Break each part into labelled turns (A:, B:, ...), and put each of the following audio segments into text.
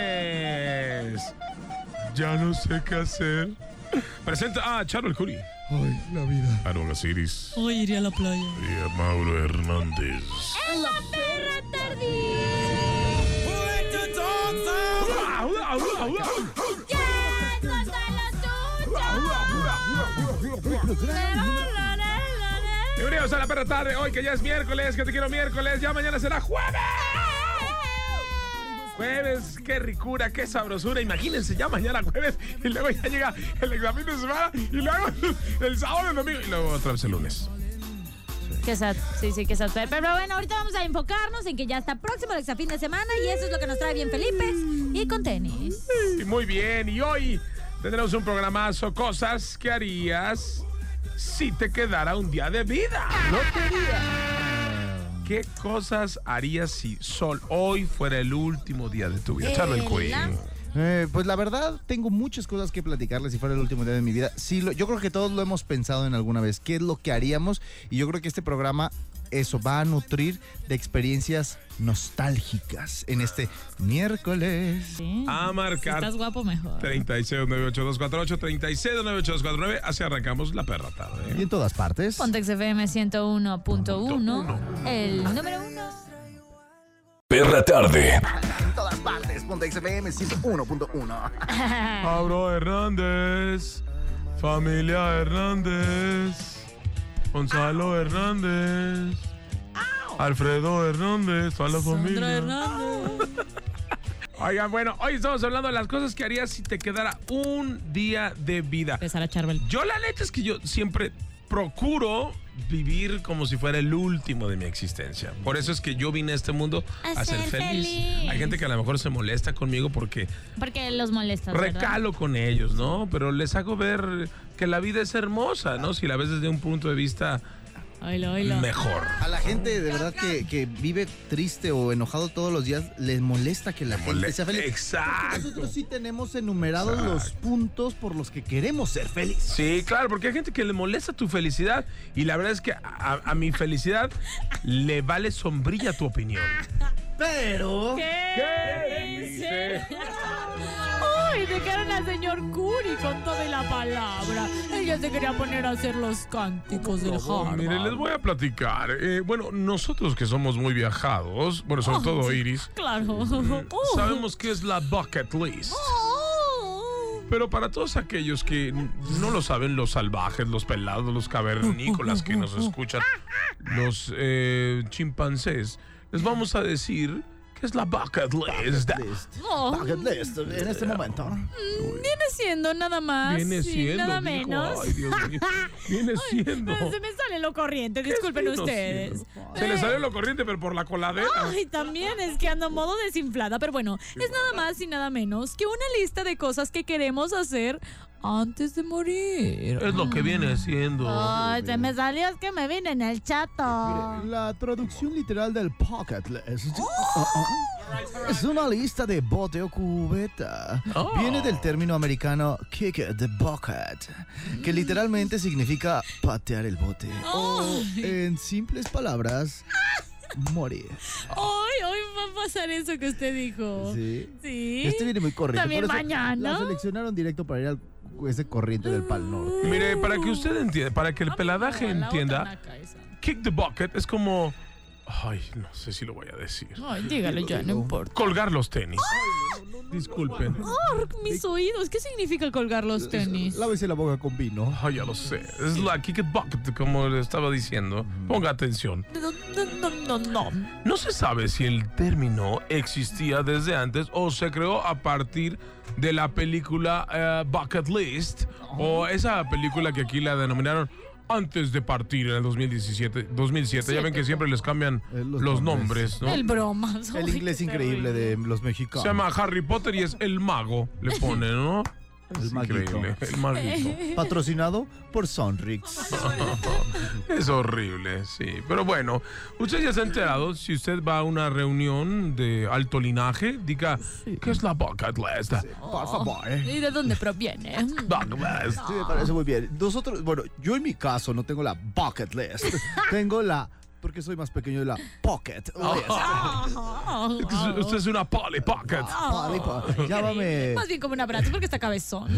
A: Producciones. Ya no sé qué hacer. Presenta a Charo el Curi.
B: Ay, la vida.
A: Arola Ciris
C: Hoy iría a la playa.
A: y a Mauro Hernández. Bienvenidos a la perra tarde. Hoy que ya es miércoles, que te quiero miércoles. Ya mañana será jueves. Jueves, qué ricura, qué sabrosura. Imagínense ya mañana jueves y luego ya llega el examen de semana y luego el sábado y el domingo y luego otra vez el lunes.
D: Que sad, sí, sí, que sad. Pero, pero bueno, ahorita vamos a enfocarnos en que ya está próximo el fin de semana y eso es lo que nos trae bien Felipe y con tenis.
A: Y muy bien, y hoy tendremos un programazo, cosas que harías si te quedara un día de vida. Lotería. ¿Qué cosas harías si Sol hoy fuera el último día de tu vida? Charlo el Queen.
B: Eh, pues la verdad, tengo muchas cosas que platicarles si fuera el último día de mi vida. Sí, lo- yo creo que todos lo hemos pensado en alguna vez. ¿Qué es lo que haríamos? Y yo creo que este programa, eso, va a nutrir de experiencias nostálgicas en este miércoles.
D: Sí.
A: A
D: Si
A: marcar
D: estás guapo, mejor.
A: 36982483698249 Así arrancamos la perra
B: Y
A: tarde.
B: en todas partes.
D: Pontex FM 101.1, el número uno.
E: Perra Tarde.
B: En todas partes. Pontex FM 101.1.
D: Ah.
A: Pablo Hernández, familia Hernández, Gonzalo Hernández, Alfredo Hernández, toda la
C: Sandra
A: familia.
C: Hernández.
A: Oigan, bueno, hoy estamos hablando de las cosas que harías si te quedara un día de vida.
C: Empezar a Charbel.
A: Yo la neta es que yo siempre procuro vivir como si fuera el último de mi existencia. Por eso es que yo vine a este mundo a,
D: A
A: ser,
D: ser
A: feliz.
D: feliz.
A: Hay gente que a lo mejor se molesta conmigo porque
D: Porque los molestas, ¿verdad?
A: recalo con ellos, ¿no? Pero les hago ver que la vida es hermosa, ¿no? Si la ves desde un punto de vista
C: Oilo, oilo.
A: mejor.
B: A la gente de verdad que, que vive triste o enojado todos los días, les molesta que la gente sea feliz.
A: Exacto.
B: Nosotros sí tenemos enumerados
A: Exacto.
B: los puntos por los que queremos ser felices.
A: Sí, claro, porque hay gente que le molesta tu felicidad y la verdad es que a, a mi felicidad le vale sombrilla tu opinión.
B: Pero...
A: ¿Qué dice?
C: Ay, dejaron al señor Curi con toda la palabra. Ella se quería poner a hacer los cánticos del
A: Oh,
C: Harvard.
A: mire, les voy a platicar. Eh, bueno, nosotros que somos muy viajados, bueno, sobre todo Iris, Este,
C: Claro. Oh.
A: sabemos qué es la bucket list.
C: Oh.
A: Pero para todos aquellos que n- no lo saben, los salvajes, los pelados, los cavernícolas que nos escuchan, los eh, chimpancés, les vamos a decir que es la bucket list.
C: Oh.
B: Bucket list, en este momento.
C: Viene siendo nada más.
A: Ah, Viene
C: sí,
A: siendo.
C: Nada
A: digo,
C: menos.
A: Ay, Dios mío. Viene siendo.
C: Se me sale lo corriente, disculpen
A: Viene
C: ustedes.
A: siendo. Se le salió lo corriente, pero por la coladera.
C: Ay, también es que ando modo desinflada, pero bueno, es nada más y nada menos que una lista de cosas que queremos hacer antes de morir.
A: Es lo que viene siendo.
D: Ay, se me salió, es que me vine en el chato.
B: La traducción literal del pocket list es una lista de bote o cubeta.
A: Oh.
B: Viene del término americano kick the bucket, que literalmente significa patear el bote. O, en simples palabras, morir.
C: Hoy, hoy va a pasar eso que usted dijo.
B: Sí.
C: Sí.
B: Este viene muy corriente.
C: También
B: por eso
C: mañana.
B: La seleccionaron directo para ir al ese corriente del Pal Norte.
A: Mire, para que usted entienda, para que el peladaje
C: Ah, La otra
A: entienda,
C: naca esa.
A: kick the bucket es como. Ay, no sé si lo voy a decir.
C: Ay, dígalo ya, no importa.
A: Colgar los tenis. Disculpen.
C: Mis oídos, ¿qué significa colgar los tenis?
B: Lávese la boca con vino.
A: Ay, ya lo sé. Es la kick it bucket, como le estaba diciendo. Ponga atención.
C: No, no, no, no, no.
A: No se sabe si el término existía desde antes o se creó a partir de la película eh, Bucket List o esa película que aquí la denominaron antes de partir en el 2017. 2007, ya ven que siempre les cambian
B: Eh, los
A: los,
B: nombres.
A: nombres, ¿no?
C: El broma.
B: El inglés increíble de los mexicanos.
A: Se llama Harry Potter y es el mago, le ponen, ¿no? Es
B: maguito.
A: increíble, el maguito.
B: Patrocinado por Sonrix.
A: Es horrible, sí. Pero bueno, usted ya se ha enterado, si usted va a una reunión de alto linaje, diga, ¿qué es la bucket list?
B: Por favor. eh.
C: ¿Y de dónde proviene?
A: Bucket list.
B: Sí, me parece muy bien. Nosotros, bueno, yo en mi caso no tengo la bucket list. tengo la, porque soy más pequeño, la pocket list.
C: Oh.
A: Usted- Usted es una poly pocket.
B: Polly po- Llámame
C: Más bien como un abrazo porque está cabezón.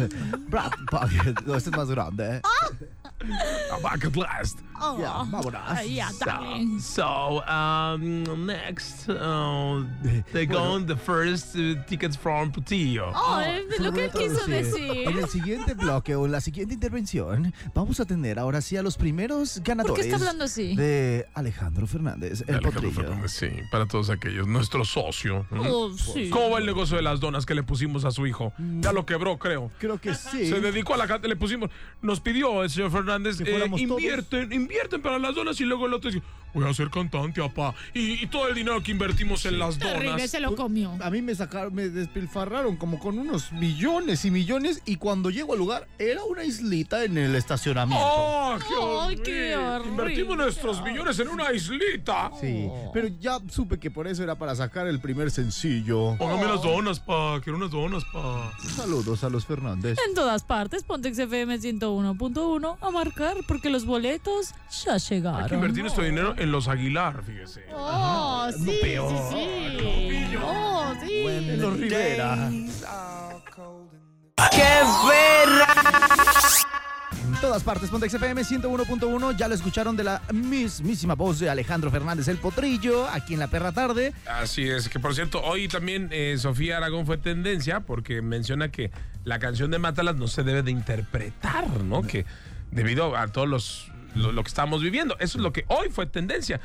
B: Brad Pocket. No, este es más grande.
C: Oh.
B: ¿eh?
A: La bucket list.
B: Ya, vámonos.
C: Ahí ya,
A: So,
C: dale.
A: so, um, next, uh, they go on the first uh, tickets from Putillo.
C: Oh, es lo que él quiso
B: En
C: decir.
B: el siguiente bloque o en la siguiente intervención, vamos a tener ahora sí a los primeros ganadores.
C: está hablando así?
B: De Alejandro Fernández, el
A: Alejandro
B: potrillo.
A: Fernández, Sí, para todos aquellos, nuestro socio. ¿no?
C: Oh, sí.
A: ¿Cómo va el negocio de las donas que le pusimos a su hijo? Ya lo quebró, creo.
B: Creo que sí.
A: Ah, Se dedicó a la gente, le pusimos, nos pidió el señor Fernández,
B: Que
A: eh,
B: fuéramos
A: invierten, invierten para las donas y luego el otro dice, voy a ser cantante, papá. Y, y todo el dinero que invertimos en las
C: Terrible,
A: donas.
C: se lo comió.
B: A mí me sacaron, me despilfarraron como con unos millones y millones y cuando llego al lugar era una islita en el estacionamiento.
A: ¡Oh, qué,
C: Ay, qué
A: horrible! Invertimos
C: horrible.
A: nuestros millones en una islita.
B: Sí, pero ya supe que por eso era para sacar el primer sencillo.
A: Póngame las donas, pa. Quiero unas donas, pa.
B: Saludos a los Fernández.
C: En todas partes, Pontex FM 101.1 a marcar porque los boletos ya
A: Hay que
C: llegaron.
A: invertir nuestro dinero en los Aguilar, fíjese.
C: Oh, sí, sí, sí. Oh, sí.
B: Los Rivera. En todas partes, Pontex FM 101.1. Ya lo escucharon de la mismísima voz de Alejandro Fernández el Potrillo, aquí en La Perra Tarde.
A: Así es, que por cierto, hoy también eh, Sofía Aragón fue tendencia porque menciona que la canción de Mátalas no se debe de interpretar, ¿no? Que debido a todos los lo, lo que estamos viviendo. Eso es lo que hoy fue tendencia.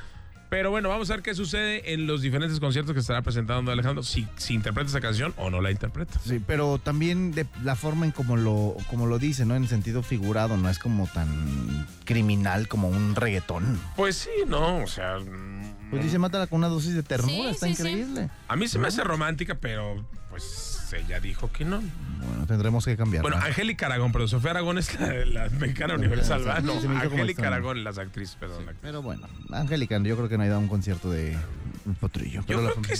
A: Pero bueno, vamos a ver qué sucede en los diferentes conciertos que estará presentando Alejandro, si, si interpreta esa canción o no la interpreta.
B: Sí, pero también de la forma en como lo, como lo dice, ¿no? En sentido figurado, no es como tan criminal como un reggaetón.
A: Pues sí, no, o sea, mm,
B: Pues dice, mátala con una dosis de ternura,
C: Sí,
B: está
C: sí, sí.
B: increíble.
A: a mí se me hace romántica, pero pues ella dijo que no.
B: Bueno, tendremos que cambiarla.
A: Bueno, Angélica Aragón, pero Sofía Aragón es la, la mexicana universal, ¿verdad? No,
B: Se me hizo como
A: Angélica
B: extraño.
A: Aragón, las actrices, perdón. la actriz.
B: Pero bueno, Angélica, yo creo que no ha dado un concierto de El Potrillo.
A: Yo
B: pero la
A: creo que
B: famosita.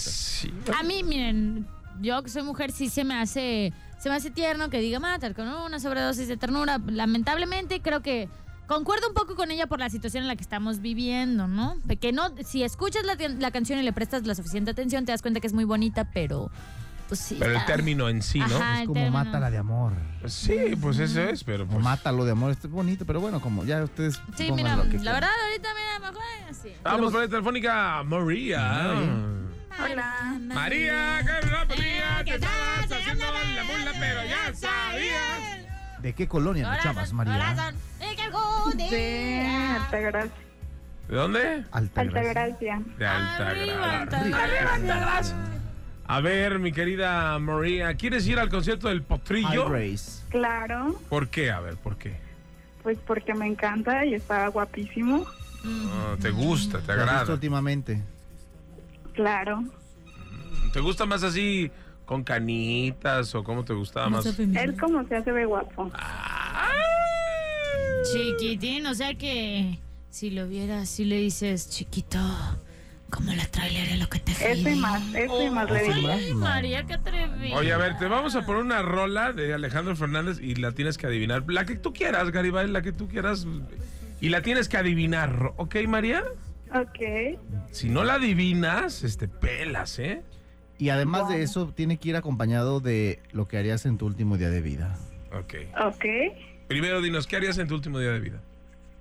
A: sí.
D: A mí, miren, yo que soy mujer, sí se me hace, se me hace tierno que diga matar con una sobredosis de ternura. Lamentablemente, creo que concuerdo un poco con ella por la situación en la que estamos viviendo, ¿no? Que no, si escuchas la, la canción y le prestas la suficiente atención, te das cuenta que es muy bonita, pero pues sí.
A: Pero el
D: está-
A: término en sí, ¿no?
D: Ajá, el
B: Es como
D: término.
B: mátala de amor.
A: Pues Sí, pues eso es, pero
B: O
A: pues.
B: mátalo de amor. Esto es bonito, pero bueno, como ya ustedes.
D: Sí,
B: pongan
D: mira,
B: lo que
D: la
B: quieran.
D: verdad, ahorita, mira, mejor así.
A: Vamos por la telefónica, María.
D: Hola.
A: María, que no podía, te estabas haciendo la mula, pero ya sabías.
B: ¿De qué colonia me chamas, María?
D: Corazón, de que algún
F: De
D: día.
F: Altagracia.
A: ¿De dónde?
B: Altagracia.
F: Altagracia.
A: De Altagracia.
C: Arriba, Altagracia.
A: Arriba, Altagracia. A ver, mi querida María, ¿quieres ir al concierto del Potrillo?
B: Grace.
F: Claro,
A: ¿Por qué? A ver, ¿por qué?
F: pues porque me encanta y está guapísimo.
A: Ah, ¿Te gusta? ¿Te
B: ¿Lo has visto
A: agrada?
B: últimamente?
F: Claro.
A: ¿Te gusta más así con canitas o cómo te gustaba más?
F: Él como sea se ve guapo.
D: Chiquitín, o sea que si lo vieras, si le dices, chiquito, como la trailer es lo que te
F: Eso y más, eso y
D: Oh.
F: más le
B: ¿Así
F: digo.
B: más?
D: Ay,
B: No.
D: María, qué atrevida.
A: Oye, a ver, te vamos
D: Ah.
A: a poner una rola de Alejandro Fernández y la tienes que adivinar. La que tú quieras, Garibay, la que tú quieras. Y la tienes que adivinar, ¿ok, María?
F: Ok.
A: Si no la adivinas, este, pelas, ¿eh?
B: Y además de eso, tiene que ir acompañado de lo que harías en tu último día de vida.
A: Ok.
F: Ok.
A: Primero, dinos, ¿qué harías en tu último día de vida?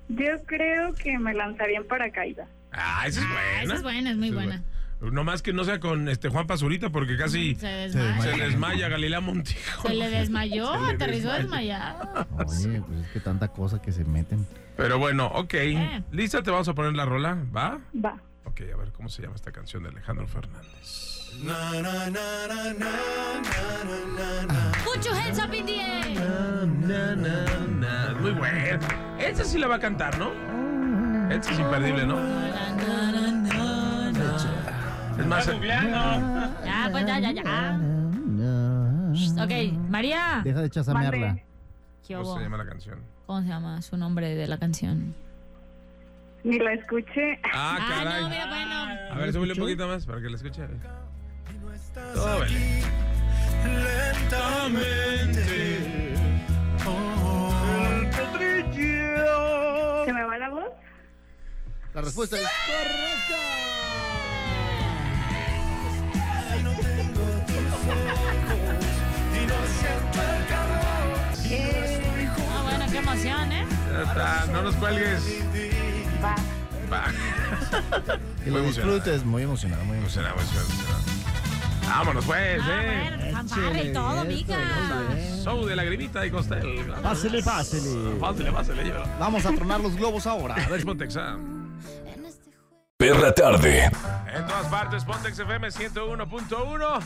F: Yo creo que me lanzaría en paracaídas.
A: Ah, esa es buena.
D: esa es buena, es muy buena.
A: No más que no sea con este Juan Pazurita porque casi
D: Se
A: se,
D: desmayó. Se,
A: desmaya Galilea Montijo.
D: le desmayó,
A: Se le
D: aterrizó
A: desmayó.
D: desmayado.
B: Oye, pues es que tanta cosa que se meten.
A: Pero bueno, ok.
D: Eh.
A: Lista, te vamos a poner la rola, ¿va?
F: Va.
A: Ok, a ver, ¿cómo se llama esta canción de Alejandro Fernández?
D: Put your hands up in the air.
A: Muy güey. Esa sí la va a cantar, ¿no? Esa es imperdible, ¿no? Es más,
D: Ya, pues ya, ya, ya. Shh, Ok, María.
B: Deja de chasamearla.
F: Mande.
D: ¿Qué
A: ¿cómo
D: hubo?
A: se llama la canción?
D: ¿Cómo se llama su nombre de la canción?
F: Ni la escuché.
A: Ah,
D: Ah,
A: caray.
D: no, mira, bueno.
A: A ver, súbele un poquito más para que la escuche. Súbele.
F: ¿Se me va la voz?
B: La respuesta es
D: Ah, bueno, qué emoción, ¿eh?
A: Ya está, no nos cuelgues.
F: Va.
A: Va.
B: que
A: Muy
B: lo
A: emocionado.
B: disfrutes. Muy emocionado, muy
A: Pues
B: emocionado.
A: era, pues, era. Vámonos, pues,
D: Ah,
A: eh.
D: bueno, fanfarra y todo,
B: Échale,
D: mica.
B: échale.
A: Show de la grimita y costel.
B: Pásele, pásele.
A: Pásale, pásale, llévalo.
B: Vamos a tronar los globos ahora.
A: A ver, Pontex. ah.
E: Perra tarde.
A: En todas partes, Pontex FM 101.1.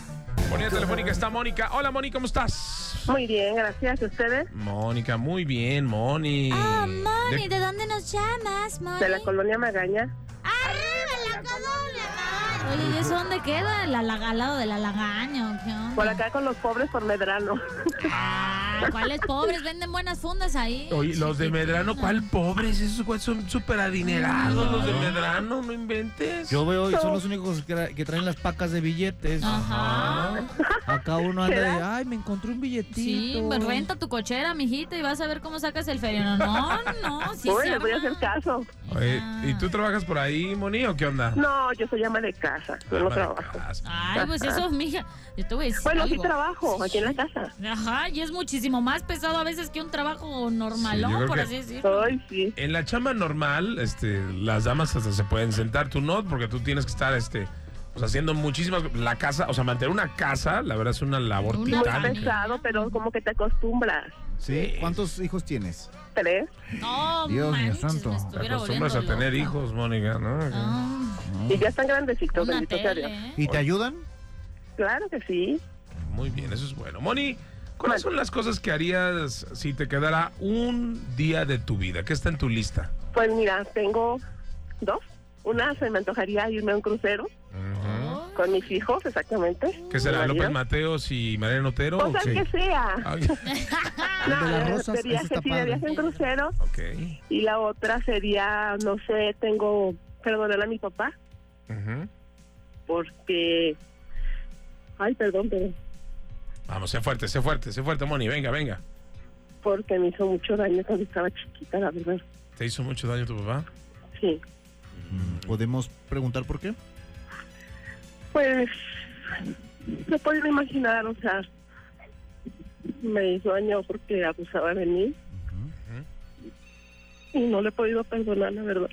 A: Por línea telefónica está Mónica. Hola, Mónica, ¿cómo estás?
F: Muy bien, gracias. ¿Ustedes?
A: Mónica, muy bien, Moni.
D: Ah, Moni,
A: De-
D: ¿de dónde nos llamas, Moni?
F: De la colonia Magaña.
D: ¡Arriba la colonia, Moni! Oye, ¿y eso dónde queda? ¿La laga, al lado de la lagaña o qué onda?
F: Por acá con los pobres por Medrano.
D: Ah, ¿Cuáles pobres? Venden buenas fundas ahí.
A: Oye, los de Medrano, ¿cuál pobres? Esos güey, son súper adinerados, los de Medrano, no inventes.
B: Yo veo, y son los únicos que, tra- que traen las pacas de billetes.
D: Ah. Ajá.
B: Acá uno anda de, ay, me encontré un billetito.
D: Sí, pues renta tu cochera, mijita, y vas a ver cómo sacas el feria. No, no, no, sí
F: Uy,
D: se
F: les voy a
D: arma.
F: hacer caso.
A: Oye, ¿y tú trabajas por ahí, Moni, o qué onda? Ah,
F: No, yo soy ama de casa. Yo no
A: Ama de
F: trabajo.
A: casa.
D: Ay, pues eso, mija, yo te voy a decir
F: Bueno, sí
D: algo.
F: trabajo aquí en la casa.
D: Ajá, y es muchísimo más pesado a veces que un trabajo
A: Sí, yo
D: normalón,
A: creo
D: por
A: que-
D: así decirlo.
F: Ay, sí.
A: En la chamba normal, este, las damas hasta se pueden sentar, tú no, porque tú tienes que estar, este, pues, haciendo muchísimas, la casa, o sea, mantener una casa, la verdad es una labor
D: Una
F: Muy
D: Tan-
A: titánica.
F: pesado, pero como que te acostumbras.
B: ¿Sí?
A: Sí.
B: ¿Cuántos hijos tienes?
F: ¿Tres?
D: No,
B: Dios mío
D: manches,
B: santo.
D: me
B: Te
A: Te
D: estuviera
A: acostumbras a
D: volviendo
A: tener
D: loca.
A: hijos, Mónica, ¿no?
D: Ah,
F: Y ya están grandecitos,
D: una
F: bendito sea
D: tele,
F: Dios.
D: ¿eh?
B: ¿Y te ayudan?
F: Claro que sí.
A: Muy bien, eso es bueno. Moni, ¿cuáles son las cosas que harías si te quedara un día de tu vida? ¿Qué está en tu lista?
F: Pues mira, tengo dos. Una se me antojaría irme a un crucero con mis hijos, exactamente.
A: ¿Qué será?
F: Mi marido.
A: ¿López Mateos y Mariano Otero?
F: O
A: o
F: sea, el
A: qué?
F: que sea.
A: Ay, Ah,
B: El de las
F: No,
B: rosas,
F: de viaje,
B: ese está
F: sí, de
B: padre.
F: viaje en crucero.
A: ok.
F: Y la otra sería, no sé, tengo perdonar a mi papá
A: Ujú.
F: porque... Ay, perdón, pero
A: Vamos, sé fuerte, sé fuerte, sé fuerte, Moni. Venga, venga.
F: porque me hizo mucho daño cuando estaba chiquita, la verdad.
A: ¿Te hizo mucho daño tu papá?
F: Sí.
B: Mm, ¿Podemos preguntar por qué?
F: Pues no pueden imaginar, o sea, me hizo daño porque abusaba de mí. Y no le he podido perdonar, la verdad.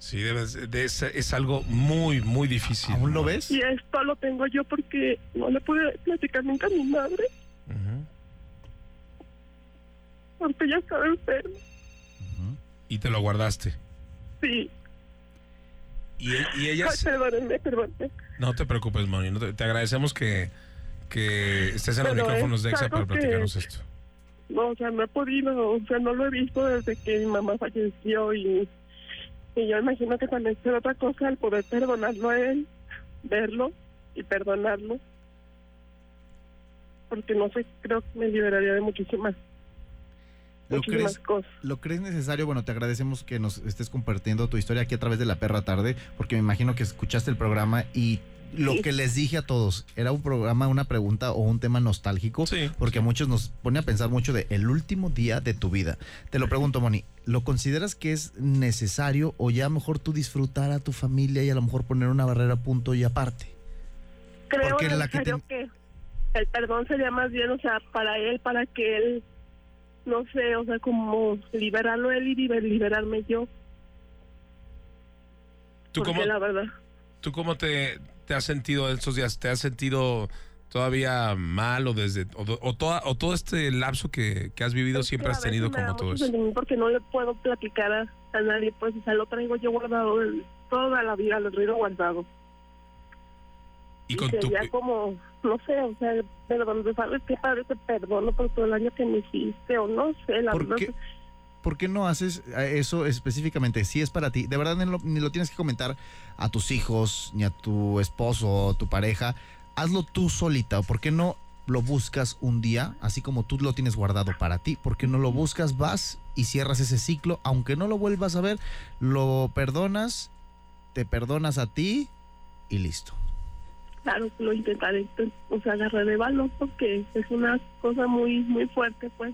A: Sí, debes- de- es, es algo muy, muy difícil.
B: ¿Aún lo ves?
F: Y esto lo tengo yo porque no le pude platicar nunca a mi madre,
A: Ujú.
F: porque ella estaba enferma.
A: Y te lo guardaste.
F: Sí.
A: Y, y ella...
F: Ay,
A: se-
F: perdónenme, perdónenme.
A: No te preocupes, Moni. no te, te agradecemos que, que estés en los
F: Pero es
A: micrófonos de EXA
F: algo
A: para
F: que-
A: platicarnos esto.
F: No, o sea, no he podido, o sea, no lo he visto desde que mi mamá falleció y, y yo imagino que también será otra cosa el poder perdonarlo a él, verlo y perdonarlo. Porque no sé, creo que me liberaría de muchísimas,
B: ¿Lo
F: muchísimas
B: crees?
F: cosas.
B: ¿Lo crees necesario? Bueno, te agradecemos que nos estés compartiendo tu historia aquí a través de La Perra Tarde, porque me imagino que escuchaste el programa y lo
F: Sí.
B: que les dije a todos, era un programa, una pregunta o un tema nostálgico,
A: Sí.
B: porque a muchos nos pone a pensar mucho de el último día de tu vida. Te lo pregunto, Moni, ¿lo consideras que es necesario o ya mejor tú disfrutar a tu familia y a lo mejor poner una barrera punto y aparte?
F: Creo
B: Porque la que
F: necesario
B: te-
F: que, el perdón sería más bien, o sea, para él, para que él, no sé, o sea, como liberarlo él y liber- liberarme yo.
A: ¿Tú
F: porque
A: cómo,
F: la verdad.
A: ¿Tú cómo te, te has sentido estos días? ¿Te has sentido todavía mal o desde o, do- o toda- o todo este lapso que, que has vivido
F: Es que
A: siempre
F: a
A: has
F: veces
A: tenido
F: me da
A: como todo
F: mucho
A: eso?
F: sentimiento Porque no le puedo platicar a, a nadie, pues, o sea, lo traigo yo guardado el- toda la vida, lo traigo guardado.
A: Y con tu
F: sería como, no sé, o sea, perdón, ¿sabes qué padre? Te perdono por todo el año que me hiciste, o no sé, la
B: ¿Por
F: verdad.
B: qué, por qué no haces eh, eso específicamente? Si es para ti, de verdad ni lo, ni lo tienes que comentar a tus hijos, ni a tu esposo o tu pareja. Hazlo tú solita. ¿Por qué no lo buscas un día, así como tú lo tienes guardado para ti? ¿Por qué no lo buscas, vas y cierras ese ciclo? Aunque no lo vuelvas a ver, lo perdonas, te perdonas a ti y listo.
F: Claro que lo intentaré, pues, o sea, agarraré valor porque es una cosa muy, muy fuerte, pues.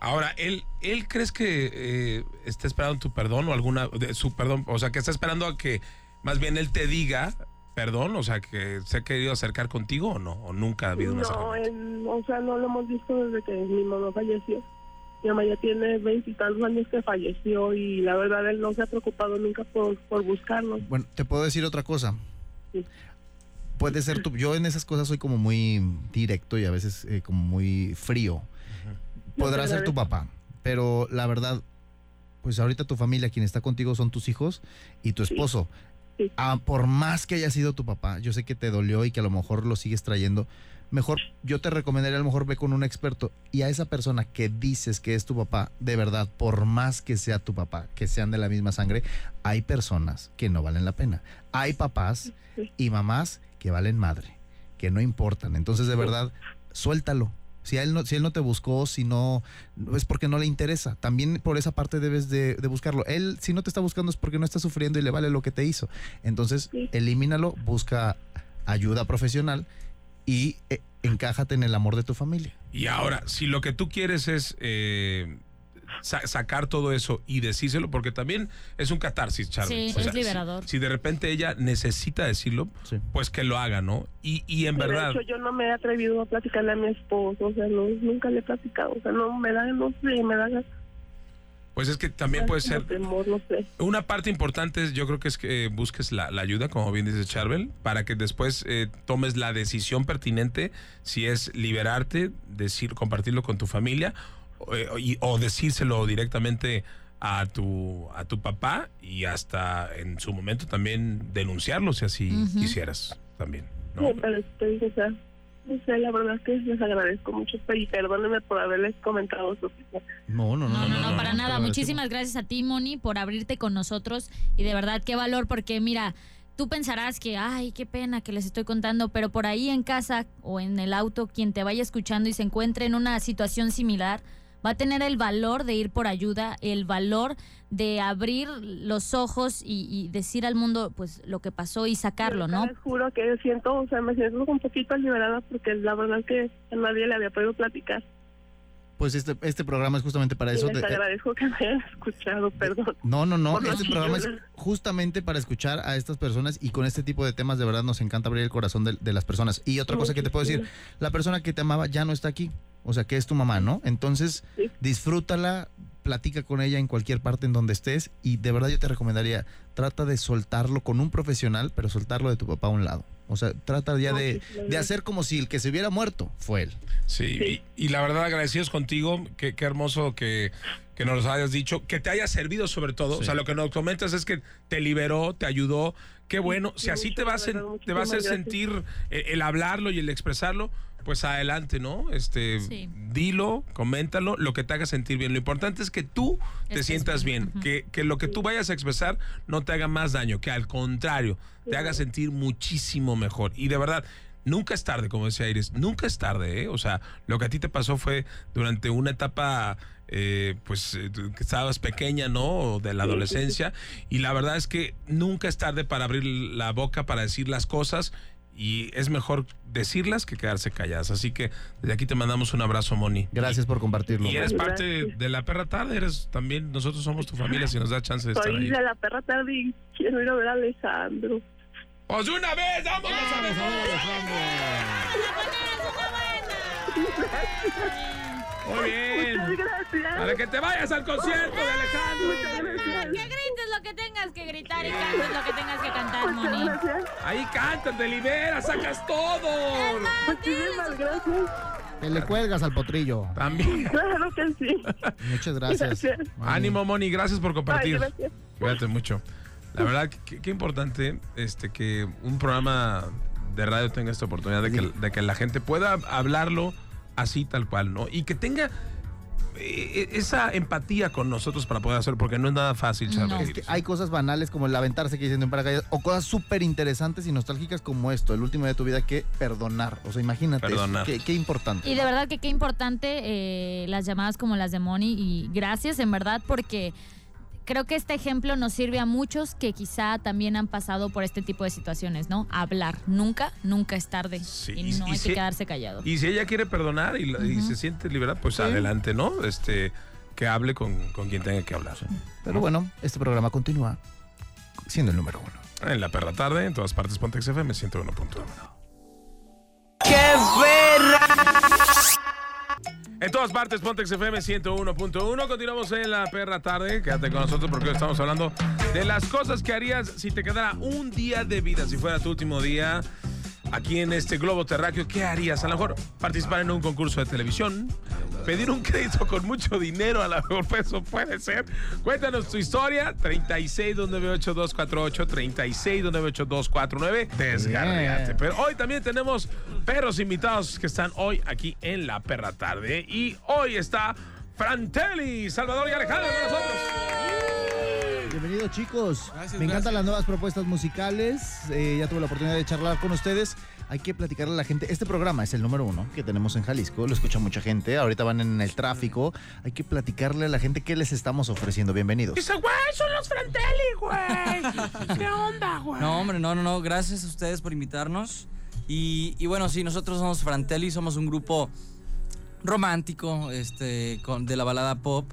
A: Ahora, ¿él, él crees que eh, está esperando tu perdón o alguna, de su perdón, o sea, que está esperando a que más bien él te diga perdón, o sea, que se ha querido acercar contigo o no, o nunca ha habido un
F: No,
A: acercamiento?
F: en- o sea, no lo hemos visto desde que mi mamá falleció. Mi mamá ya tiene veintitantos años que falleció y la verdad él no se ha preocupado nunca por, por buscarnos.
B: Bueno, te puedo decir otra cosa.
F: Sí.
B: Puede ser tú. Yo en esas cosas soy como muy directo y a veces eh, como muy frío. Podrá
F: No,
B: ser tu
F: pero-
B: papá, pero la verdad, pues ahorita tu familia, quien está contigo son tus hijos y tu esposo.
F: Sí.
B: Ah, por más que haya sido tu papá, yo sé que te dolió y que a lo mejor lo sigues trayendo. Mejor, yo te recomendaría a lo mejor ve con un experto y a esa persona que dices que es tu papá, de verdad, por más que sea tu papá, que sean de la misma sangre, hay personas que no valen la pena. Hay papás y mamás que valen madre, que no importan. Entonces, de verdad, suéltalo. Si, a él, no, si él no te buscó, si no, es porque no le interesa. También por esa parte debes de, de buscarlo. Él, si no te está buscando, es porque no está sufriendo y le vale lo que te hizo. Entonces,
F: Sí.
B: elimínalo, busca ayuda profesional y eh, encájate en el amor de tu familia.
A: Y ahora, si lo que tú quieres es eh, sa- sacar todo eso y decírselo, porque también es un catarsis, Charlie.
D: Sí, es liberador.
A: Si, si de repente ella necesita decirlo,
B: Sí.
A: pues que lo haga, ¿no? Y, y en
F: De
A: verdad.
F: hecho, yo no me he atrevido a platicarle a mi esposo, o sea, no, nunca le he platicado, o sea, no me da, no sé, me da
A: Pues es que también puede
F: como
A: ser.
F: temor, no sé.
A: Una parte importante es, yo creo que es que eh, busques la, la ayuda, como bien dice Charbel, para que después eh, tomes la decisión pertinente, si es liberarte, decir, compartirlo con tu familia, o, eh, y- o decírselo directamente a tu, a tu papá y hasta en su momento también denunciarlo, si así
D: Ujú.
A: quisieras también. ¿no?
F: Sí, pero te digo, o sea, no sé, la verdad es que les agradezco mucho y perdónenme por haberles comentado eso.
B: No, no,
D: No, no, no, para nada.
B: te lo agradezco.
D: Muchísimas gracias a ti, Moni, por abrirte con nosotros. Y de verdad, qué valor, porque mira, tú pensarás que, ay, qué pena que les estoy contando, pero por ahí en casa o en el auto, quien te vaya escuchando y se encuentre en una situación similar, va a tener el valor de ir por ayuda, el valor de abrir los ojos y, y decir al mundo, pues, lo que pasó y sacarlo,
F: Yo
D: ¿no?
F: Les juro que siento, o sea, me siento un poquito liberada porque la verdad es que a nadie le había podido platicar.
B: Pues este, este programa es justamente para
F: Y
B: eso.
F: les
B: de- eh,
F: agradezco que me hayan escuchado, perdón.
B: No, no, no.
F: Por los
B: Este programa es
F: niños.
B: justamente para escuchar a estas personas y con este tipo de temas de verdad nos encanta abrir el corazón de, de las personas. Y otra cosa que te puedo decir, la persona que te amaba ya no está aquí. O sea, que es tu mamá, ¿no? Entonces,
F: Sí.
B: disfrútala, platica con ella en cualquier parte en donde estés y de verdad yo te recomendaría, trata de soltarlo con un profesional, pero soltarlo de tu papá a un lado. O sea, trata ya
F: No,
B: de,
F: sí, la
B: de
F: verdad.
B: hacer como si el que se hubiera muerto fue él.
A: Sí,
F: Sí.
A: Y, y la verdad agradecidos contigo, qué, qué hermoso que, que nos lo hayas dicho, que te haya servido sobre todo,
B: Sí.
A: o sea, lo que nos comentas es que te liberó, te ayudó, qué bueno, si
F: sí,
A: así te
F: mucho,
A: va a,
F: la
A: sen-
F: verdad,
A: te va a hacer
F: muchísimas gracias.
A: sentir el, el hablarlo y el expresarlo, pues adelante, ¿no? Este,
D: Sí.
A: dilo, coméntalo, lo que te haga sentir bien, lo importante es que tú te
D: Estés
A: sientas
D: bien,
A: bien,
D: ujú.
A: que, que lo que tú vayas a expresar no te haga más daño, que al contrario, te haga sentir muchísimo mejor. Y de verdad, nunca es tarde, como decía Iris, nunca es tarde, ¿eh? O sea, lo que a ti te pasó fue durante una etapa, eh, pues, eh, tú- que estabas pequeña, ¿no? O De la adolescencia. Y la verdad es que nunca es tarde para abrir la boca, para decir las cosas. Y es mejor decirlas que quedarse calladas. Así que desde aquí te mandamos un abrazo, Moni.
B: Gracias por compartirlo.
A: Y eres
F: Gracias.
A: parte de, de la perra tarde, eres también, nosotros somos tu familia si nos da chance de
B: pues,
A: estar
F: Soy
A: ahí.
F: de la perra tarde y quiero ir a ver a Alejandro.
A: ¡Pues de una vez! ¡Vámonos a ver! Muy
F: Muchas
A: bien.
F: gracias.
A: Para que te vayas al concierto de
F: Muchas
A: Alejandro.
D: Que
F: gracias.
D: grites lo que tengas que gritar y cantes lo que tengas que cantar,
F: Muchas
D: Moni.
F: gracias.
A: Ahí cantas, te liberas, sacas todo.
F: Muchísimas gracias.
B: Te le cuelgas al potrillo.
A: También.
F: Claro que sí.
B: Muchas gracias.
F: Gracias.
A: Ánimo, Moni, gracias por
F: Ay,
A: compartir.
F: gracias.
A: Cuídate mucho. La verdad, qué, qué importante este, que un programa de radio tenga esta oportunidad de que, de que la gente pueda hablarlo así tal cual, ¿no? Y que tenga eh, esa empatía con nosotros para poder hacerlo, porque no es nada fácil, Charly.
B: Es que ah. hay cosas banales como el aventarse que dicen en paracaídas o cosas súper interesantes y nostálgicas como esto, el último día de tu vida que perdonar. O sea, imagínate, eso,
A: Perdonar.
B: qué, qué importante.
D: Y de verdad que qué importante eh, las llamadas como las de Moni y gracias en verdad porque creo que este ejemplo nos sirve a muchos que quizá también han pasado por este tipo de situaciones, ¿no? Hablar. Nunca, nunca es tarde.
A: Sí,
D: y
A: y-
D: no
A: y
D: hay
A: si-
D: que quedarse callado.
A: Y si ella quiere perdonar y, la- y se siente liberada, pues adelante, ¿no? Este, que hable con, con quien tenga que hablar.
B: Pero bueno, este programa continúa siendo el número uno.
A: En la perra tarde, en todas partes, Pontex FM 101.1. En todas partes, Pontex FM 101.1. Continuamos en la perra tarde. Quédate con nosotros porque hoy estamos hablando de las cosas que harías si te quedara un día de vida, si fuera tu último día aquí en este globo terráqueo. ¿Qué harías? A lo mejor participar en un concurso de televisión, pedir un crédito con mucho dinero, a lo mejor eso puede ser. Cuéntanos tu historia. 36298248, 36298249. Desgarriate.
B: Bien.
A: Pero hoy también tenemos perros invitados que están hoy aquí en la perra tarde. Y hoy está Frantelli, Salvador y Alejandro con nosotros.
B: Bienvenidos chicos.
G: Gracias,
B: Me encantan
G: gracias.
B: las nuevas propuestas musicales. Eh, ya tuve la oportunidad de charlar con ustedes. Hay que platicarle a la gente. Este programa es el número uno que tenemos en Jalisco. Lo escucha mucha gente. Ahorita van en el tráfico. Hay que platicarle a la gente qué les estamos ofreciendo. Bienvenidos.
A: Dice, güey, son los Frantelli, güey. ¿Qué onda, güey?
G: No, hombre, no, no, no. Gracias a ustedes por invitarnos. Y, y bueno, sí, nosotros somos Frantelli, somos un grupo romántico este, con- de la balada pop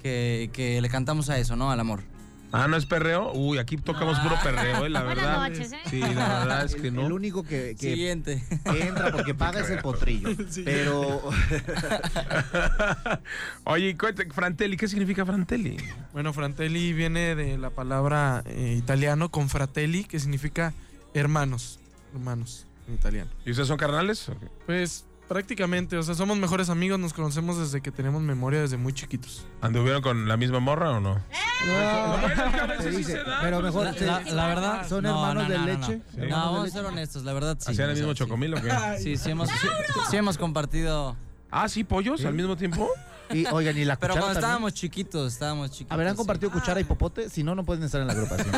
G: que, que le cantamos a eso, ¿no? Al amor.
A: Ah, ¿no es perreo? Uy, aquí tocamos puro perreo, eh, la
D: Buenas
A: verdad.
D: noches, eh.
A: Sí, la verdad es que
B: El
A: no.
B: único que, que
G: Siguiente.
B: entra porque paga es el potrillo. Pero
A: Oye, cuéntame, Frantelli, ¿qué significa Frantelli?
H: Bueno, Fratelli viene de la palabra eh, italiano con fratelli, que significa hermanos. Hermanos en italiano.
A: ¿Y ustedes son carnales?
H: Pues prácticamente, o sea, somos mejores amigos, nos conocemos desde que tenemos memoria, desde muy chiquitos.
A: ¿Anduvieron con la misma morra o no? que a veces
B: Se
A: sí
B: dice,
A: se da,
B: pero mejor
G: La,
B: se-
G: la- la verdad.
B: son
G: no,
B: hermanos
G: no,
B: de
G: no, no, No,
B: leche. hermanos de
G: vamos a
B: leche.
G: ser honestos, la verdad sí.
A: ¿Hacían
G: o
A: el
G: sea,
A: mismo
G: sí.
A: chocomil o qué?
G: Sí, sí hemos, sí, sí hemos compartido.
A: Ah, sí, pollos al mismo tiempo.
B: Y oigan, y la
G: Pero
B: cuchara
G: cuando
B: también?
G: estábamos chiquitos, estábamos chiquitos.
B: Habrán
G: sí. Ah.
B: compartido cuchara y popote, si no, no pueden estar en la agrupación.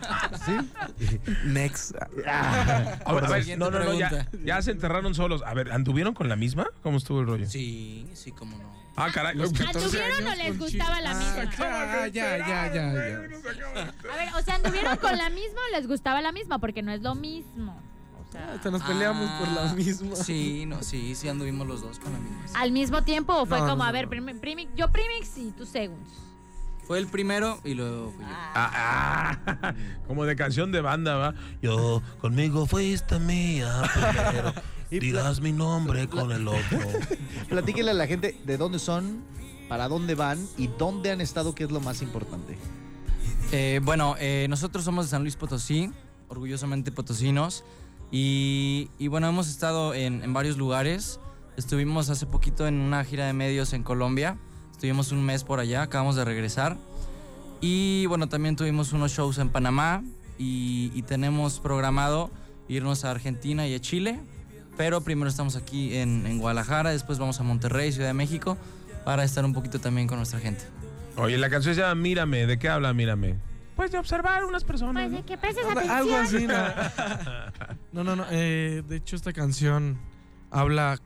B: ¿Sí?
H: Next.
B: Ah,
A: A ver, a ver,
G: Siguiente
A: no, no, no, ya,
G: pregunta.
A: ya se enterraron solos. A ver, ¿anduvieron con la misma? ¿Cómo estuvo el rollo?
G: Sí, sí, cómo no.
A: Ah, caray.
D: ¿Anduvieron o les gustaba la misma?
H: Ah, ya, ya, ya, ya.
D: A ver, o sea, ¿anduvieron con la misma o les gustaba la misma? Porque no es lo mismo. O sea,
H: Hasta nos peleamos por la
G: Ah,
H: misma.
G: Sí, no, sí, sí anduvimos los dos con la misma.
B: Ah.
G: sí.
D: ¿al mismo tiempo o fue
H: No,
D: como,
H: no,
D: a ver,
H: no.
D: prim- primi- yo primix y tú segundos?
G: Fue el primero y luego fui yo.
A: Ah, ah, como de canción de banda, ¿va? Yo, conmigo fuiste mía primero. Digas mi nombre con el otro.
B: Platíquenle a la gente de dónde son, para dónde van y dónde han estado, que es lo más importante.
G: Eh, bueno, eh, nosotros somos de San Luis Potosí, orgullosamente potosinos. Y, y bueno, hemos estado en, en varios lugares. Estuvimos hace poquito en una gira de medios en Colombia. Estuvimos un mes por allá, acabamos de regresar. Y bueno, también tuvimos unos shows en Panamá. Y, y tenemos programado irnos a Argentina y a Chile. Pero primero estamos aquí en, en Guadalajara, después vamos a Monterrey, Ciudad de México, para estar un poquito también con nuestra gente.
A: Oye, la canción se llama Mírame. ¿De qué habla Mírame? Pues de observar unas personas.
D: Pues que prestes
H: Algo así, no. No, no, no. eh, de hecho, esta canción habla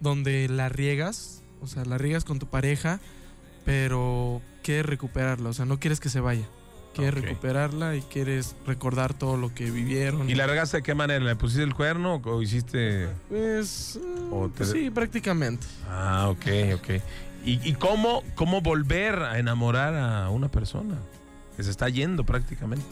H: donde la riegas, o sea, la riegas con tu pareja, pero quieres recuperarla, o sea, no quieres que se vaya. Quieres
A: Ok.
H: recuperarla y quieres recordar todo lo que vivieron.
A: ¿Y la regaste de qué manera? ¿Le pusiste el cuerno o- o hiciste.?
H: Pues, eh,
A: O te-
H: sí, prácticamente.
A: Ah, ok, ok. ¿Y, y cómo, cómo volver a enamorar a una persona que se está yendo prácticamente?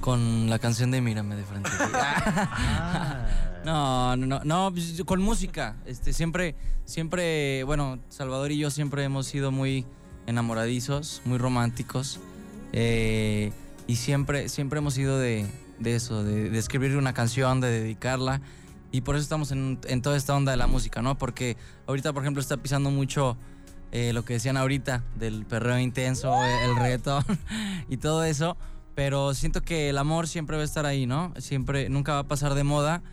G: Con la canción de Mírame de frente. Ah. No, no, no, no, pues, con música. Este, siempre, siempre, bueno, Salvador y yo siempre hemos sido muy enamoradizos, muy románticos. eh, y siempre, siempre hemos sido de, de eso, de, de escribir una canción, de dedicarla. Y por eso estamos en, en toda esta onda de la música, ¿no? Porque ahorita, por ejemplo, está pisando mucho eh, lo que decían ahorita del perreo intenso, el reto y todo eso. Pero siento que el amor siempre va a estar ahí, ¿no? Siempre, nunca va a pasar de moda.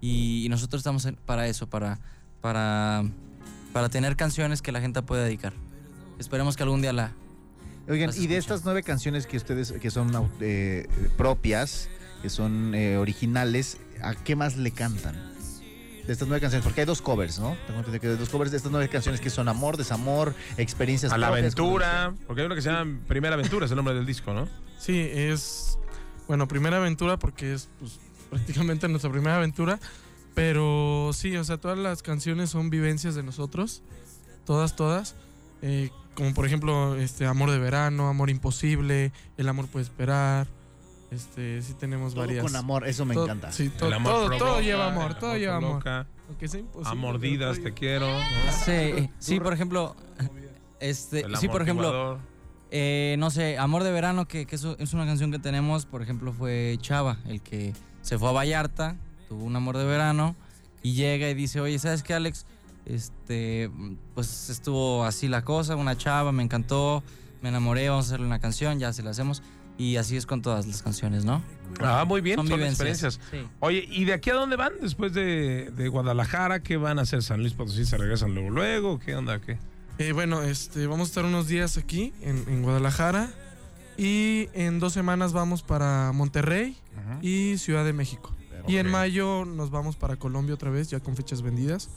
G: Y, y nosotros estamos en- para eso, para, para, para tener canciones que la gente pueda dedicar. Esperemos que algún día la...
B: Oigan,
G: Las
B: y de
G: escucho.
B: estas nueve canciones que ustedes, que son au- eh, propias, que son eh, originales, ¿a qué más le cantan? De estas nueve canciones, porque hay dos covers, ¿no? Tengo entendido que hay dos covers de estas nueve canciones que son amor, desamor, experiencias.
A: A la
B: propias, como
A: aventura. Porque hay uno que se llama Primera Aventura, es el nombre del disco, ¿no?
H: Sí, es. Bueno, primera aventura porque es pues, prácticamente nuestra primera aventura. Pero sí, o sea, todas las canciones son vivencias de nosotros. Todas, todas. Eh, como por ejemplo, este Amor de Verano, Amor Imposible, El Amor Puede Esperar. Este, sí tenemos
B: dicen. Todo
H: varias.
B: con amor, eso me
H: Todo-
B: encanta.
H: sí, todo,
A: El amor
H: todo-
A: provoca,
H: todo
A: el
H: lleva amor, todo lleva amor.
A: provoca,
H: Aunque sea imposible,
A: A
H: pero
A: mordidas
H: todo
A: te
H: lleva- Ah,
A: quiero. ¿no?
G: Sí, eh, sí, por ejemplo... Este,
A: El
G: sí, por ejemplo,
A: amortiguador.
G: Eh, no sé, Amor de Verano, que, que eso- es una canción que tenemos, por ejemplo, fue Chava, el que se fue a Vallarta, tuvo un amor de verano, y llega y dice, oye, ¿sabes qué, Alex? Este, pues estuvo así la cosa, una chava, me encantó, me enamoré, vamos a hacerle una canción, ya se la hacemos. Y así es con todas las canciones, ¿no?
A: Ah, muy bien,
G: Son
A: son,
G: vivencias.
A: experiencias. Oye, ¿y de aquí a dónde van después de, de Guadalajara? ¿Qué van a hacer? ¿San Luis Potosí se regresan luego? luego? ¿Qué onda? ¿Qué?
H: Eh, bueno, este, vamos a estar unos días aquí en, en Guadalajara y en dos semanas vamos para Monterrey y Ciudad de México. Y en
A: Ok.
H: mayo nos vamos para Colombia otra vez, ya con fechas vendidas.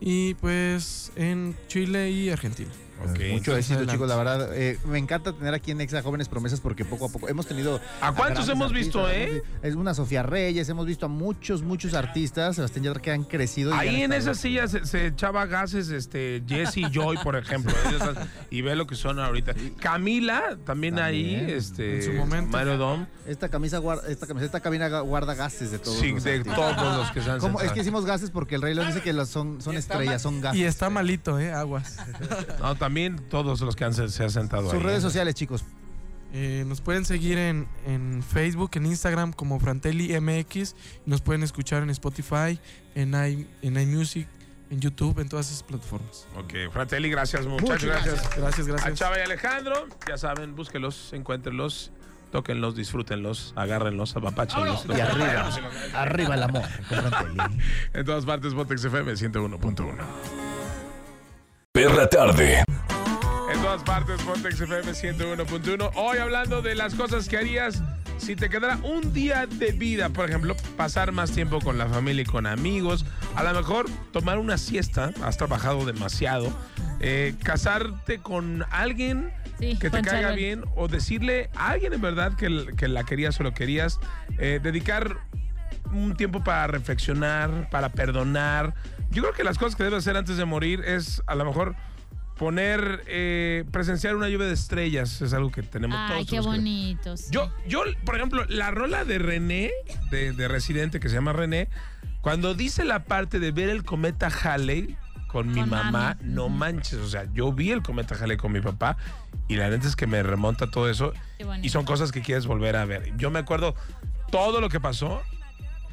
H: Y pues en Chile y Argentina.
A: Ok.
B: Mucho
H: entonces,
B: éxito,
H: adelante.
B: chicos, la verdad. eh, me encanta tener aquí en Nexa Jóvenes Promesas porque poco a poco hemos tenido.
A: ¿A cuántos
B: grandes
A: hemos visto,
B: artistas,
A: eh?
B: hemos- Es una Sofía Reyes, hemos visto a muchos, muchos artistas, Sebastián Yatra, que han crecido. y han
A: Ahí en
B: estado-
A: esas sillas se, se echaba gases este Jesse Joy, por ejemplo, de esas, y ve lo que son ahorita. Camila, también, ahí,
B: También,
A: este,
H: en su momento.
A: Mario Dom,
B: Esta camisa guarda, esta camiseta cabina ga- guarda gases de todos.
A: sí,
B: los
A: de
B: artistas.
A: todos los que se han
B: ¿Cómo? Es
A: sentado.
B: que hicimos gases porque el rey León dice que las son, son estrellas, son gases.
H: Y está malito, ¿eh? Aguas.
A: No, también todos los que han, se, se han sentado ahí.
B: Sus redes sociales, chicos.
H: Eh, nos pueden seguir en, en Facebook, en Instagram como Frantelli MX. Nos pueden escuchar en Spotify, en, i, en iMusic, en YouTube, en todas esas plataformas.
A: Ok, Fratelli, gracias, muchachos.
B: Muchas
A: Gracias.
H: Gracias,
A: A
H: gracias.
A: Chava y Alejandro, ya saben, búsquenlos, encuéntrenlos, tóquenlos, disfrútenlos, agárrenlos, apapáchenlos.
B: Y arriba, arriba el amor. con Frantelli.
A: En todas partes, Botex FM 101.1.
E: Perra tarde.
A: En todas partes, Pontex FM 101.1. Hoy hablando de las cosas que harías si te quedara un día de vida. Por ejemplo, pasar más tiempo con la familia y con amigos. A lo mejor tomar una siesta. Has trabajado demasiado. Eh, casarte con alguien
D: Sí,
A: que te
D: con
A: caiga
D: Chabel.
A: bien. O decirle a alguien en verdad que, que la querías o lo querías. Eh, dedicar un tiempo para reflexionar, para perdonar. Yo creo que las cosas que debes hacer antes de morir es a lo mejor poner, eh, presenciar una lluvia de estrellas. Es algo que tenemos
D: Ay,
A: todos.
D: qué
A: tenemos que-
D: bonito. sí.
A: Yo, yo, por ejemplo, la rola de René, de, de Residente, que se llama René, cuando dice la parte de ver el cometa Halley con mi
D: Con
A: mamá,
D: mami.
A: no
D: Ujú.
A: manches. O sea, yo vi el cometa Halley con mi papá y la neta es que me remonta todo eso.
D: Qué bonito.
A: Y son cosas que quieres volver a ver. Yo me acuerdo todo lo que pasó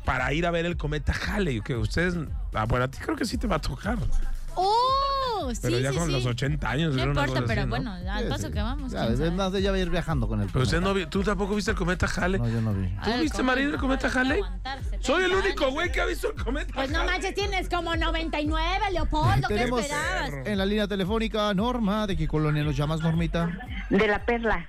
A: para ir a ver el cometa Halley, que ustedes, ah, bueno, a ti creo que sí te va a tocar,
D: ¡Oh! Sí,
A: pero ya
D: sí,
A: con
D: sí.
A: los 80 años.
D: No
A: era una
D: importa,
A: cosa
D: pero
A: así, ¿no?
D: bueno, al
B: Sí,
D: paso
B: sí.
D: Ah, que vamos.
B: Ya,
D: quién
B: es
D: sabe.
B: más de ya va a ir viajando con el
A: Pero usted
B: planeta.
A: no vi- tú tampoco viste el cometa Halley.
B: No, yo no vi.
D: Ay,
A: viste,
D: ¿cómo
A: Marina,
D: no
A: cómo está
D: puede
A: Jale?
D: aguantarse?
A: Soy el
D: 30
A: único
D: años.
A: güey que ha visto el cometa.
D: Pues no manches, tienes como 99, Leopoldo. ¿Qué
B: Tenemos
D: esperabas?
B: en la línea telefónica a Norma, ¿de qué colonia nos llamas, Normita?
I: De la perla.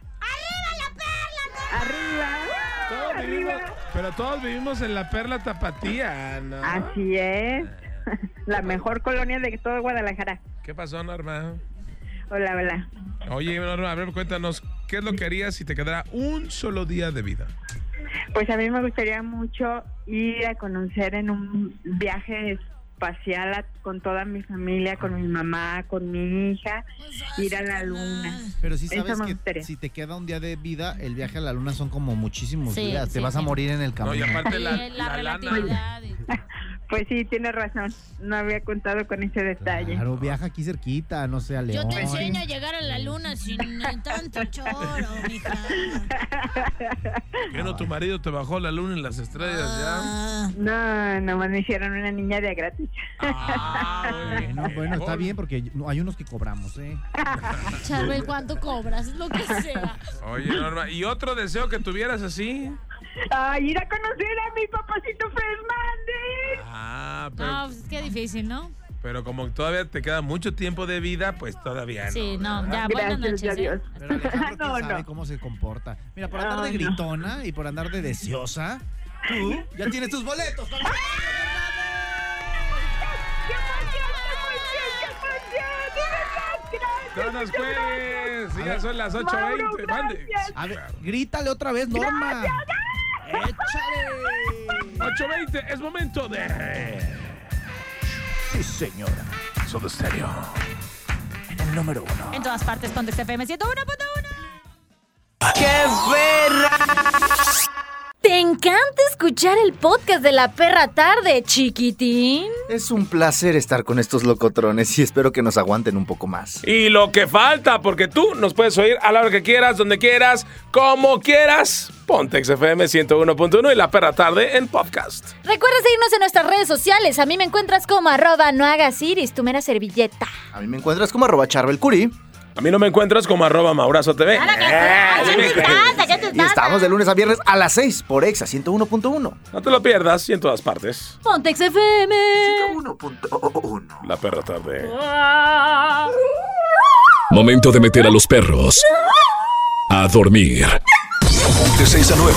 A: Todos vivimos- pero todos vivimos en la perla tapatía, ¿no?
I: Así es. La mejor colonia de todo Guadalajara.
A: ¿Qué pasó, Norma?
I: Hola, hola.
A: Oye, Norma, a ver, cuéntanos, ¿qué es lo que harías si te quedara un solo día de vida?
I: Pues a mí me gustaría mucho ir a conocer en un viaje espacial a- con toda mi familia, con mi mamá, con mi hija, ir a la luna.
B: Pero sí
I: Eso
B: sabes
I: me
B: que
I: gustaría.
B: si te queda un día de vida, el viaje a la luna son como muchísimos
D: Sí,
B: días. te
D: sí,
B: vas a
D: sí.
B: morir en el
A: No, y
B: camino.
A: aparte
D: Sí,
A: la,
D: la,
A: la lana.
D: relatividad. y-
I: Pues Pues sí, tiene razón. No había contado con ese detalle.
B: Claro, viaja aquí cerquita, no sé, a León.
D: Yo te enseño a llegar a la luna sin eh, tanto choro, mija.
A: Bueno, tu marido te bajó la luna en las estrellas ya.
D: Ah,
I: No, nomás me hicieron una niña de a gratis.
A: Ah,
B: Bueno, bueno, está bien porque yo- hay unos que cobramos, ¿eh?
D: Charbel, ¿cuánto cobras? Lo que sea.
A: Oye, Norma, ¿y otro deseo que tuvieras así?
I: Ay, ir a conocer a mi papacito Fernández.
A: Ah,
D: No,
A: pero,
D: pues es que difícil, ¿no?
A: pero como todavía te queda mucho tiempo de vida, pues todavía no.
D: Sí, no, ya, buenas
I: Gracias
D: noches.
I: a
D: ¿eh?
I: Dios.
B: Pero Alejandro, ¿quién
I: Ah, No,
B: sabe
I: no.
B: cómo se comporta? Mira, por andar de
I: Ay, no.
B: gritona y por andar de deseosa, tú ya tienes tus boletos. para-
I: ¡Qué emoción, qué emoción, qué emoción! ¡De verdad,
A: ¡No nos cuelgues! Sí, ya son las
I: Mauro,
A: 8.20. Mande.
I: gracias.
B: A ver, grítale otra vez, Norma. ¡Échale!
A: 8.20, es momento de...
B: Sí, señora.
A: Soda Stereo.
D: En todas partes, Pontex FM 101.1.
C: ¿Te encanta escuchar el podcast de la perra tarde, chiquitín?
B: Es un placer estar con estos locotrones y espero que nos aguanten un poco más.
A: Y lo que falta, porque tú nos puedes oír a la hora que quieras, donde quieras, como quieras. Pontex FM 101.1 y La Perra Tarde en podcast.
C: Recuerda seguirnos en nuestras redes sociales. A mí me encuentras como arroba no hagas iris, tu mera servilleta.
B: A mí me encuentras como arroba charbelcuri
A: A mí no me encuentras como arroba Maurazo TV. Eh, sí me encuentras.
D: ¿Qué te
B: y estamos de lunes a viernes a las 6 por Exa 101.1.
A: No te lo pierdas y en todas partes.
C: Pontex FM.
A: La Perra Tarde.
E: Momento de meter a los perros a dormir. De 6 a 9.